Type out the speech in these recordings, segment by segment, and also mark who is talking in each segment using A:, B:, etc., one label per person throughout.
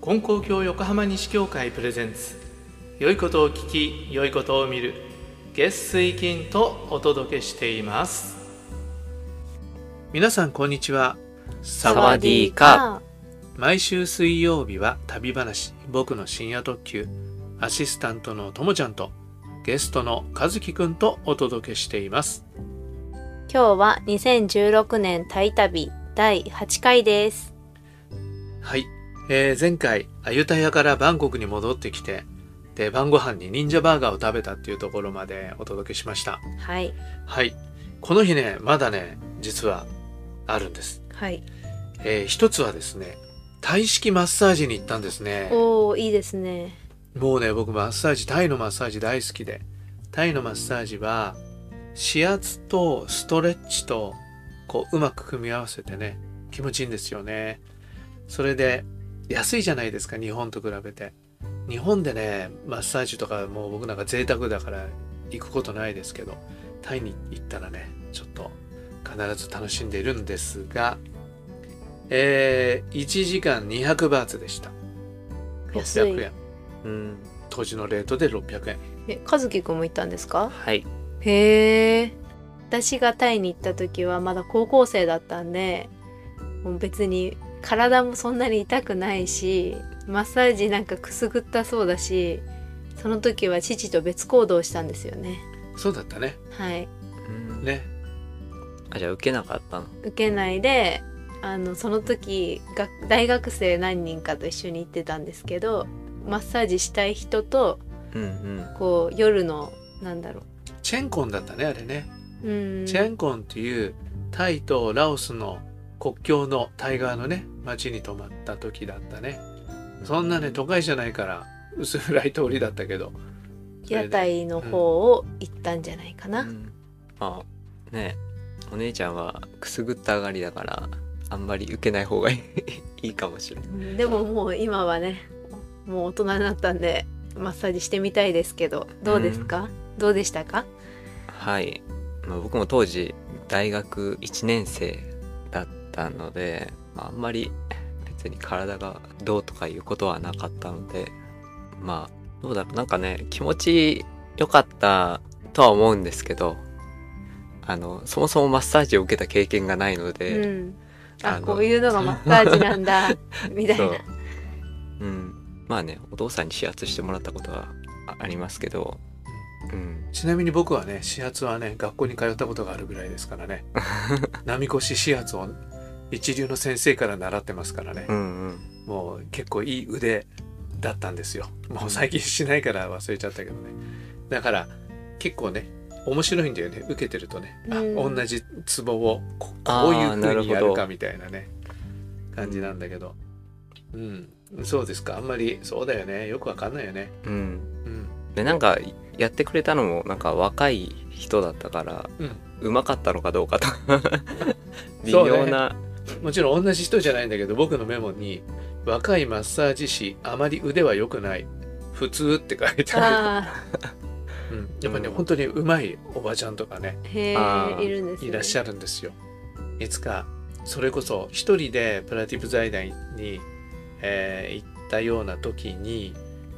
A: 金光教横浜西教会プレゼンツ良いことを聞き良いことを見る月水金とお届けしています皆さんこんにちは
B: サワディーカ
A: 毎週水曜日は旅話僕の深夜特急アシスタントのともちゃんとゲストの和樹くんとお届けしています
B: 今日は2016年タイ旅第8回です
A: はい、えー前回アユタヤからバンコクに戻ってきてで晩ご飯に忍者バーガーを食べたっていうところまでお届けしました
B: はい
A: はいこの日ねまだね実はあるんです、
B: はい
A: えー一つはですねタイ式マッサージに行ったんですね
B: おおいいですね
A: もうね僕マッサージタイのマッサージ大好きでタイのマッサージは指圧とストレッチとこううまく組み合わせてね気持ちいいんですよねそれで安いじゃないですか日本と比べて日本でねマッサージとかもう僕なんか贅沢だから行くことないですけどタイに行ったらねちょっと必ず楽しんでいるんですがえー1時間200バーツでした
B: 安い
A: 600円うん当時のレートで600円
B: え和樹くんも行ったんですか
C: はい。
B: へえ私がタイに行った時はまだ高校生だったんでもう別に体もそんなに痛くないしマッサージなんかくすぐったそうだしその時は父と別行動したんですよね
A: そうだったね
B: はい
C: ね。
A: ね
C: あ、じゃあ受けなかったの。
B: 受けないであのその時が大学生何人かと一緒に行ってたんですけどマッサージしたい人と
C: うんうん。
B: こう夜のなんだろ
A: チェンコンだったねあれね、
B: ううん
A: チェンコンっていうタイとラオスの国境のタイ側のね町に泊まった時だったねそんなね都会じゃないから薄暗い通りだったけどそれ
B: 屋
A: で
B: 台の方を行ったんじゃないかな、
C: うんまあ、ね。お姉ちゃんはくすぐったがりだから、あんまり受けない方がいいいいかもしれない。
B: でももう今はねもう大人になったんでマッサージしてみたいですけどどうですか、どうでしたか
C: はい。まあ、僕も当時大学1年生だったので、まあ、あんまり別に体がどうとかいうことはなかったので、まあどうだろうなんかね気持ち良かったとは思うんですけど、あのそもそもマッサージを受けた経験がないので。
B: うんあ
C: あの
B: こういうのがマッサージな んだみたいな
C: そううん、まあねお父さんに指圧してもらったことはあありますけど、うん、
A: ちなみに僕はね始発はね学校に通ったことがあるぐらいですから ね波越始発を一流の先生から習ってますからね、
C: うんうん
A: もう結構いい腕だったんですよもう最近しないから忘れちゃったけどねだから結構ね面白いんだよね受けてるとね、
B: う
A: あ
B: ん
A: 同じツボをこ
C: あー
A: こういう風にや
C: な
A: る
C: るほ
A: か
C: ど
A: みたいなね感じなんだけどうん、そうですかあんまりそうだよねよくわかんないよね
C: うん
A: うん
C: でなんかやってくれたのもなんか若い人だったから、
A: うん
C: うまかったのかど うかと微
A: そうね
C: 妙な
A: もちろん同じ人じゃないんだけど僕のメモに「若いマッサージ師あまり腕は良くない普通」って書いてあ
B: あ
A: る、うん、やっぱね、
C: うん
A: 本当にうまいおばちゃんとかね
B: ーへ
C: あー
B: えいるんですね
A: いらっしゃるんですよ。いつかそれこそ一人でプラティプ財団に、えー行ったような時に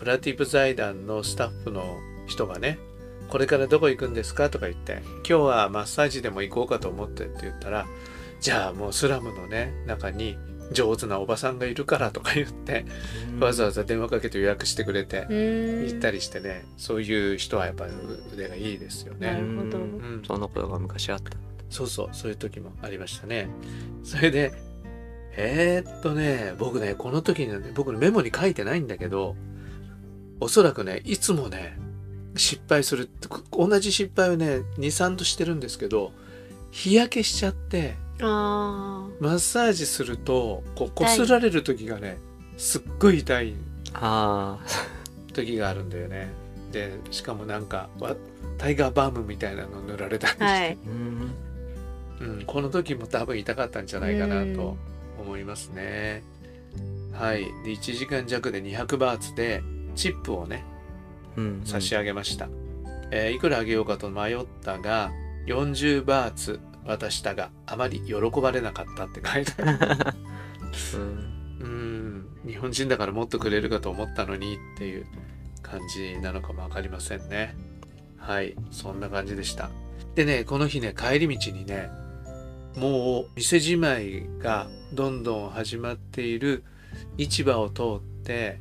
A: プラティプ財団のスタッフの人がね「これからどこ行くんですか?」とか言って「今日はマッサージでも行こうかと思って」って言ったら「じゃあもうスラムのね中に上手なおばさんがいるから」とか言ってわざわざ電話かけて予約してくれて
B: うーん
A: 行ったりしてねそういう人はやっぱり腕がいいですよね。
B: なるほど
C: うん
A: うん
C: そんなことが昔あった
A: そうそう、そういう時もありましたね。それで、えーっとね、僕ね、この時にね、僕のメモに書いてないんだけど、おそらくね、いつもね、失敗するって、こ同じ失敗をね、2、3度してるんですけど、日焼けしちゃって、
B: あ
A: マッサージすると、こう、擦られる時がね、すっごい痛い
C: あ
A: 時があるんだよね。で、しかもなんか、わタイガーバームみたいなの塗られたりして、
B: あは
C: ー
B: い
C: うん
A: うん、この時も多分痛かったんじゃないかなと思いますね。はい。で、1時間弱で200バーツで、チップをね、
C: うん
A: 差し上げました。えーいくらあげようかと迷ったが、40バーツ渡したが、あまり喜ばれなかったって書いてある。
C: うん
A: うん日本人だからもっとくれるかと思ったのにっていう感じなのかも分かりませんねはいそんな感じでしたでねこの日ね帰り道にねもう店じまいがどんどん始まっている市場を通って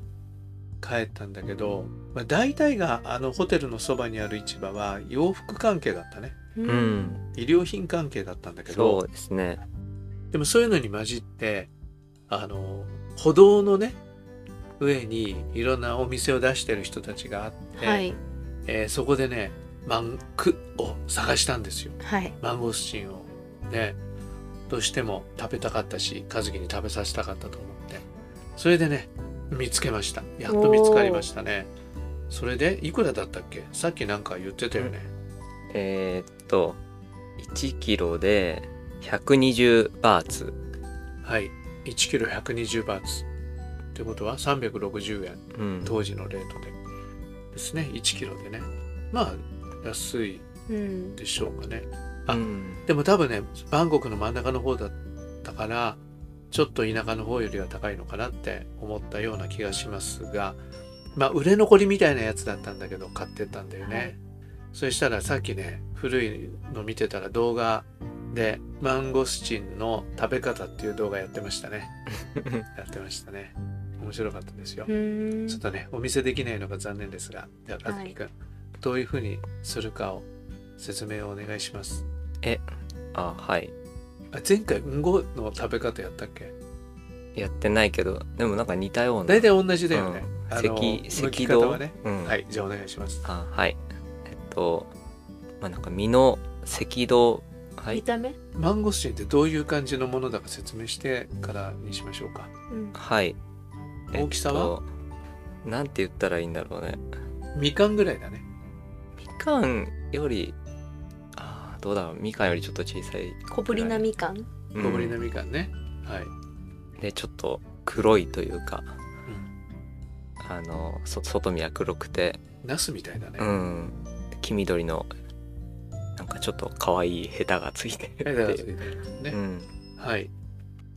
A: 帰ったんだけど、まあ、大体があのホテルのそばにある市場は洋服関係だったね
B: う
C: うんん
A: 医療品関係だったんだけど
C: そうですね
A: でもそういうのに混じってあの歩道のね上にいろんなお店を出してる人たちがあって、
B: はい
A: えーそこでねマンクを探したんですよ
B: はい
A: マンゴスチンをねどうしても食べたかったし和樹に食べさせたかったと思ってそれでね見つけましたやっと見つかりましたねそれでいくらだったっけさっきなんか言ってたよね、
C: えーっと1キロで120バーツ
A: はい1キロ1 2 0バーツってことは360円
C: うん
A: 当時のレートでですね1キロでねまあ安い
B: うん
A: でしょうかねあ
C: うん
A: でも多分ねバンコクの真ん中の方だったからちょっと田舎の方よりは高いのかなって思ったような気がしますがまあ売れ残りみたいなやつだったんだけど買ってったんだよね、
B: はい
A: そしたらさっきね古いの見てたら動画でマンゴスチンの食べ方っていう動画やってましたねやってましたね面白かったですよ、
B: うん
A: ちょっとね、お見せできないのが残念ですが、では、かずきくん、どういうふうにするかを説明をお願いします。
C: あはい
A: あ前回、うんごの食べ方やったっけ
C: やってないけどでもなんか似たような
A: 大体同じだよね。
C: う
A: あ
C: ん
A: の
C: 赤
A: 剥
C: 赤
A: き
C: 道
A: 方はね。
C: うん
A: はい、じゃあお願いします。
C: あはいえっとまあなんか身の赤道は
B: 見
C: い
B: た目
A: マンゴスチンってどういう感じのものだか説明してからにしましょうか。
B: うん
C: はい
A: 大きさは
C: えっと、なんて言ったらいいんだろうね
A: みかんぐらいだね。
C: みかんよりあーどうだろうみかんよりちょっと小さい
B: 小ぶりなみかん
C: うん
A: 小ぶりなみかんね。はい。
C: でちょっと黒いというか
A: うん
C: あのそ外見は黒くて
A: ナスみたいだね
C: う。ん黄緑のなんかちょっと可愛いヘタがついてる
A: えだからつい
C: って
A: てる
C: う
A: ね。
C: ん
A: はい。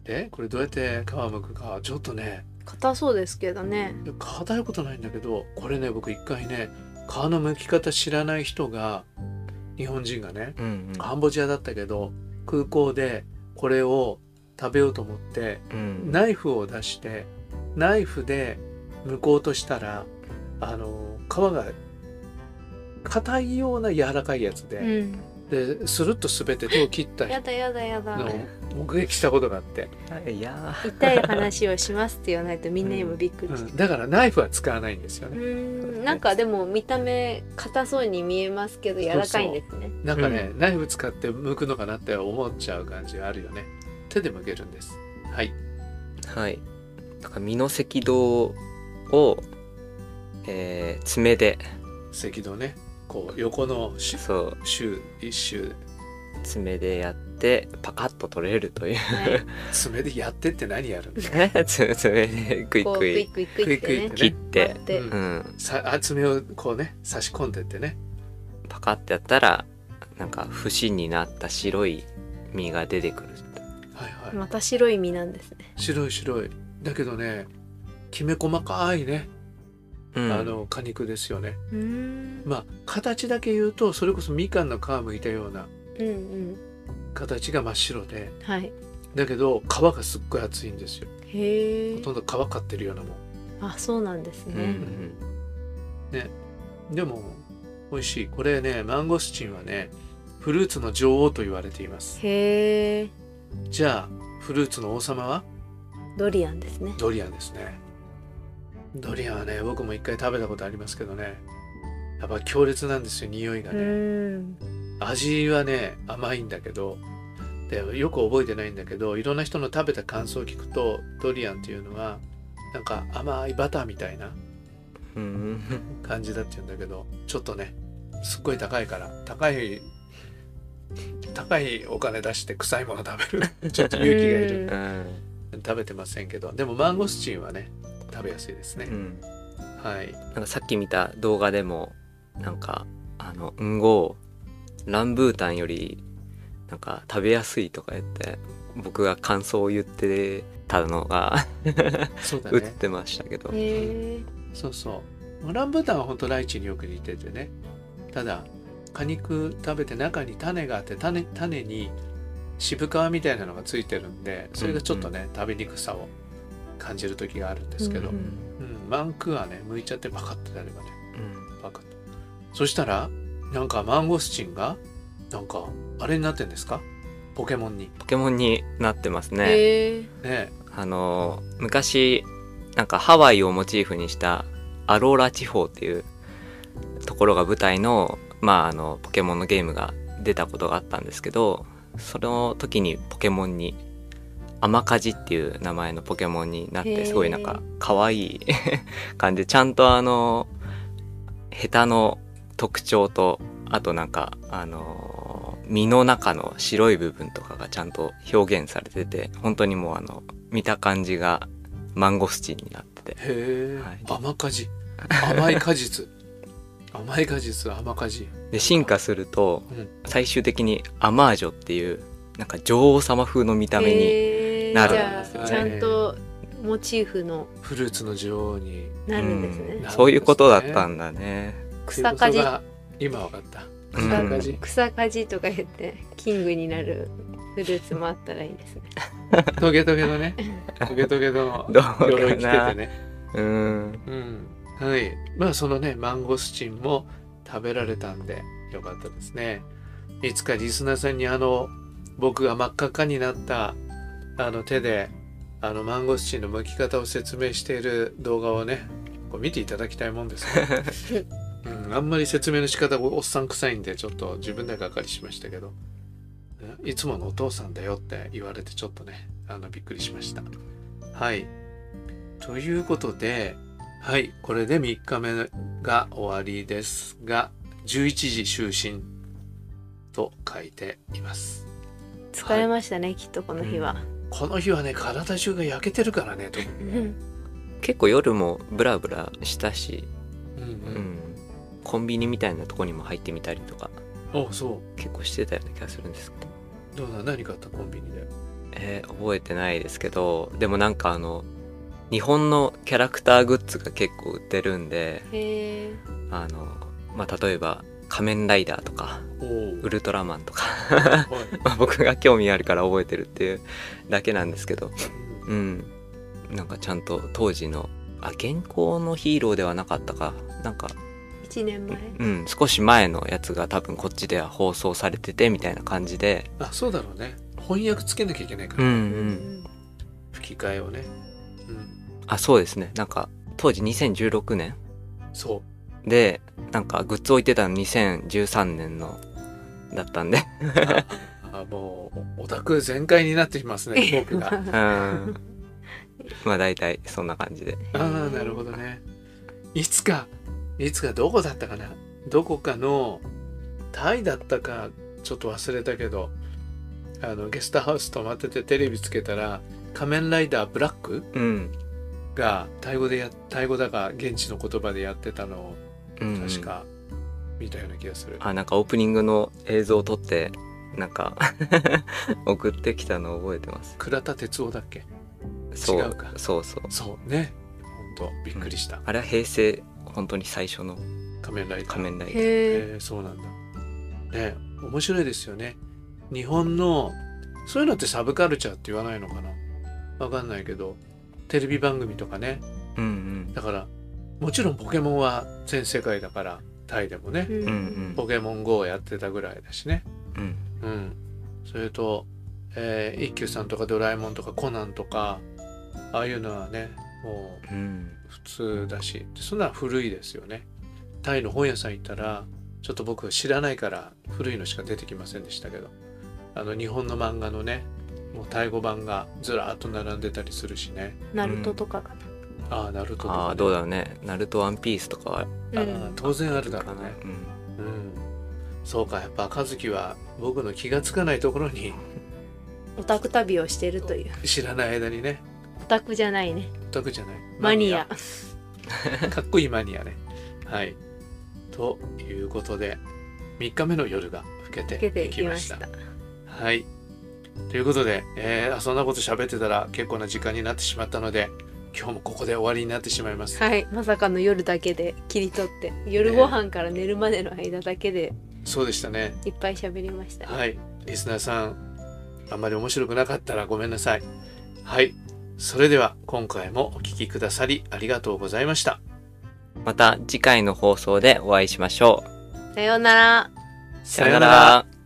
A: で、これどうやって皮むくか、ちょっとね、
B: 硬そうですけどね
A: いや皮たることないんだけどこれね僕一回ね皮の剥き方知らない人が日本人がね
C: うんうん
A: カンボジアだったけど空港でこれを食べようと思って
C: うん
A: ナイフを出してナイフで剥こうとしたらあの皮が硬いような柔らかいやつ
B: う
A: で、
B: ん
A: でスルッと滑って手を切った
B: や
A: 人
B: だやだやだ
A: の目撃したことがあって、
C: いや
B: 痛い話をしますって言わないとみんな今びっく
A: う
B: りして
A: んだからナイフは使わないんですよ
B: う
A: ね。
B: んなんかでも見た目硬そうに見えますけど柔らかいんですね
A: なんかね、ナイフ使って剥くのかなって思っちゃう感じがあるよね。手で剥けるんです。はい。
C: ーはいなんか身の赤道を、えー爪で
A: 赤道ね、こう横のし
C: そう
A: 周一周
C: 爪でやってパカッと取れるという
B: はい
A: 爪でやってって何やるの？
C: 爪爪でクイ
B: こう
C: ク
B: クイ
C: イ
B: クイクイっ
A: クイクイっ
B: てね
A: て
C: 切って
B: こうやって
A: うん
C: うん、
A: さ あ爪をこうね差し込んでってね。
C: パカッてやったらなんか節になった白い実が出てくる
A: はいはい。
B: また白い実なんですね
A: 白い白い。だけどね、きめ細かいね、
C: うん
A: あの果肉ですよね。
B: うーん
A: まあ形だけ言うとそれこそみかんの皮剥いたような
B: うんうん
A: 形が真っ白で、
B: はい
A: だけど皮がすっごい厚いんですよ。
B: へ
A: ほ
B: え
A: とんど皮買ってるようなもん。
B: あそうなんです
C: うんう
B: ね
C: ん
A: でも美味しいこれねマンゴスチンはねフルーツの女王と言われています
B: へえ
A: じゃあフルーツの王様は
B: ドリアンですね
A: ドリアンですねドリアンはね僕も一回食べたことありますけどねやっぱ強烈なんですよ匂いが
B: う
A: ね
B: ーん
A: 味はね甘いんだけどでよく覚えてないんだけどいろんな人の食べた感想を聞くとドリアンっていうのはなんか甘いバターみたいな
C: うん
A: 感じだって言うんだけどちょっとねすっごい高いから高い高いお金出して臭いもの食べるちょっと勇気がいる
B: うん
C: うん
A: 食べてませんけどでもマンゴスチンはね食べやすいですね、
C: うん
A: はい
C: なんかさっき見た動画でもなんかあのうんごランブータンよりなんか食べやすいとか言って僕が感想を言ってたのが
A: そうだ
C: 映っ
A: ね
C: てましたけど、
B: へえ
A: そうそうオランブータンは本当ライチによく似ててねただ果肉食べて中に種があって種種に渋皮みたいなのがついてるんでそれがちょっとね、食べにくさを感じる時があるんですけど、
B: う
A: うんんマンクーはね剥いちゃってパカッとなればね
C: うん
A: パカッとそしたらなんかマンゴスチンがなんかあれになってんですかポケモンにね
C: ポケモンになってますね。
B: へえ
A: え
C: あの昔なんかハワイをモチーフにしたアローラ地方っていうところが舞台の,、まあ、あのポケモンのゲームが出たことがあったんですけどその時にポケモンに「アマカジ」っていう名前のポケモンになっ
B: へー
C: てすごいなんか可愛い 感じでちゃんとあのヘタの特徴とあとなんかあの身の中の白い部分とかがちゃんと表現されてて本当にもうあの見た感じがマンゴスチンになってて
A: へえ、
C: はい
A: 甘果実甘い果実 甘い果実甘果実
C: で進化すると
A: うん
C: 最終的にアマージョっていうなんか女王様風の見た目に
B: に
C: なる
A: んですよね
B: ちゃんとモチーフの
A: フルーツの女王に
B: なるんです
C: う
B: ね
C: ん、そういうことだったんだね
B: 草かじ
A: っていうことが今分かった
C: う
A: 草
C: ん
A: かじ
B: 草かじとか言ってキングになるフルーツもあったらいいですね
A: トゲトゲのねトゲトゲの
C: どうかな
A: 鎧着ててね
C: うん
A: うんはいまあそのねマンゴスチンも食べられたんでよかったですねいつかリスナーさんにあの僕が真っ赤っかになったあの手であのマンゴスチンの剥き方を説明している動画をねこう見ていただきたいもんですねうん、あんまり説明の仕方がおっさん臭いんでちょっと自分でがかりしましたけどうんいつものお父さんだよって言われてちょっとねあのびっくりしましたはいということではいこれで3日目が終わりですが11時就寝と書いています
B: 疲れましたね、きっとこの日は、
A: この日はね体中が焼けてるからね特にね、
C: 結構夜もブラブラしたし、
A: うん
C: う
A: うん
C: ん、コンビニみたいなとこにも入ってみたりとか
A: おそ
C: 結構してたような気がするんですけど、
A: うどうだ何買ったコンビニで
C: えー覚えてないですけどでもなんかあの日本のキャラクターグッズが結構売ってるんで
B: へえ
C: あの、まあ、例えば「仮面ライダー」とか
A: お
C: 「ウルトラマン」とか
A: おはい
C: まあ僕が興味あるから覚えてるっていうだけなんですけど
A: うん
C: うんなんかちゃんと当時のあ現行のヒーローではなかったかなんか
B: 1年前
C: うん、少し前のやつが多分こっちでは放送されててみたいな感じで、
A: あそうだろうね翻訳つけなきゃいけないから、
B: うん
A: 吹き替えをねうん
C: あそうですねなんか当時2016年
A: そ
C: でなんかグッズ置いてたの2013年のだった んで
A: うああもうオタク全開になっています ね僕が
C: うんまあ大体そんな感じで
A: ああなるほどねいつかいつかどこだったかなどこかのタイだったかちょっと忘れたけどあのゲストハウス泊まっててテレビつけたら「仮面ライダーブラック
C: うん、」
A: がタイ語でやタイ語だか現地の言葉でやってたのを
C: うん、
A: 確か見たような気がする、
C: あなんかオープニングの映像を撮ってなんか 送ってきたのを覚えてます
A: 倉田哲夫だっけ
C: そう
A: 違うか
C: そうそう
A: そうねほんとびっくりした、
C: あれは平成本当に最初の
A: 仮面ライダー
C: 仮面ライダー
B: へえ
A: えーそうなんだね面白いですよね日本のそういうのってサブカルチャーって言わないのかなわかんないけどテレビ番組とかね
C: うん
A: だからもちろんポケモンは全世界だからタイでもね
B: うん
C: うんうん
A: ポケモン GO をやってたぐらいだしね
C: うんうん
A: うんそれと、えー一休さんとかドラえもんとかコナンとかああいうのはねもう
C: うん
A: 普通だしそんなの古いですよねタイの本屋さん行ったらちょっと僕知らないから古いのしか出てきませんでしたけどあの日本の漫画のねもうタイ語版がずらーっと並んでたりするしね
B: ナルトとかか
A: ああなるほど、
C: ああどうだろうね「ナルトワンピース」とかは
B: な、
A: あ
B: うん
A: ー当然あるだろうね
C: うん
A: うんそうかやっぱ和樹は僕の気がつかないところに
B: オタク旅をしてるという
A: 知らない間にね
B: オタクじゃないね
A: 全くじゃない
B: マニア
A: かっこいいマニアね。はい。ということで、3日目の夜が更け
B: 受
A: て
B: けて
A: い
B: い
A: き
B: き
A: ま
B: ま
A: し。
B: したた
A: はい。ということで、えーそんなこと喋ってたら結構な時間になってしまったので今日もここで終わりになってしまいます。
B: はいまさかの夜だけで切り取って夜ご飯から寝るまでの間だけで
A: そうでしたね。
B: いっぱい喋りました、
A: はい、リスナーさん、あんまり面白くなかったらごめんなさい。はい、それでは今回もお聞きくださりありがとうございました。
C: また次回の放送でお会いしましょう。
B: さようなら
C: さよなら。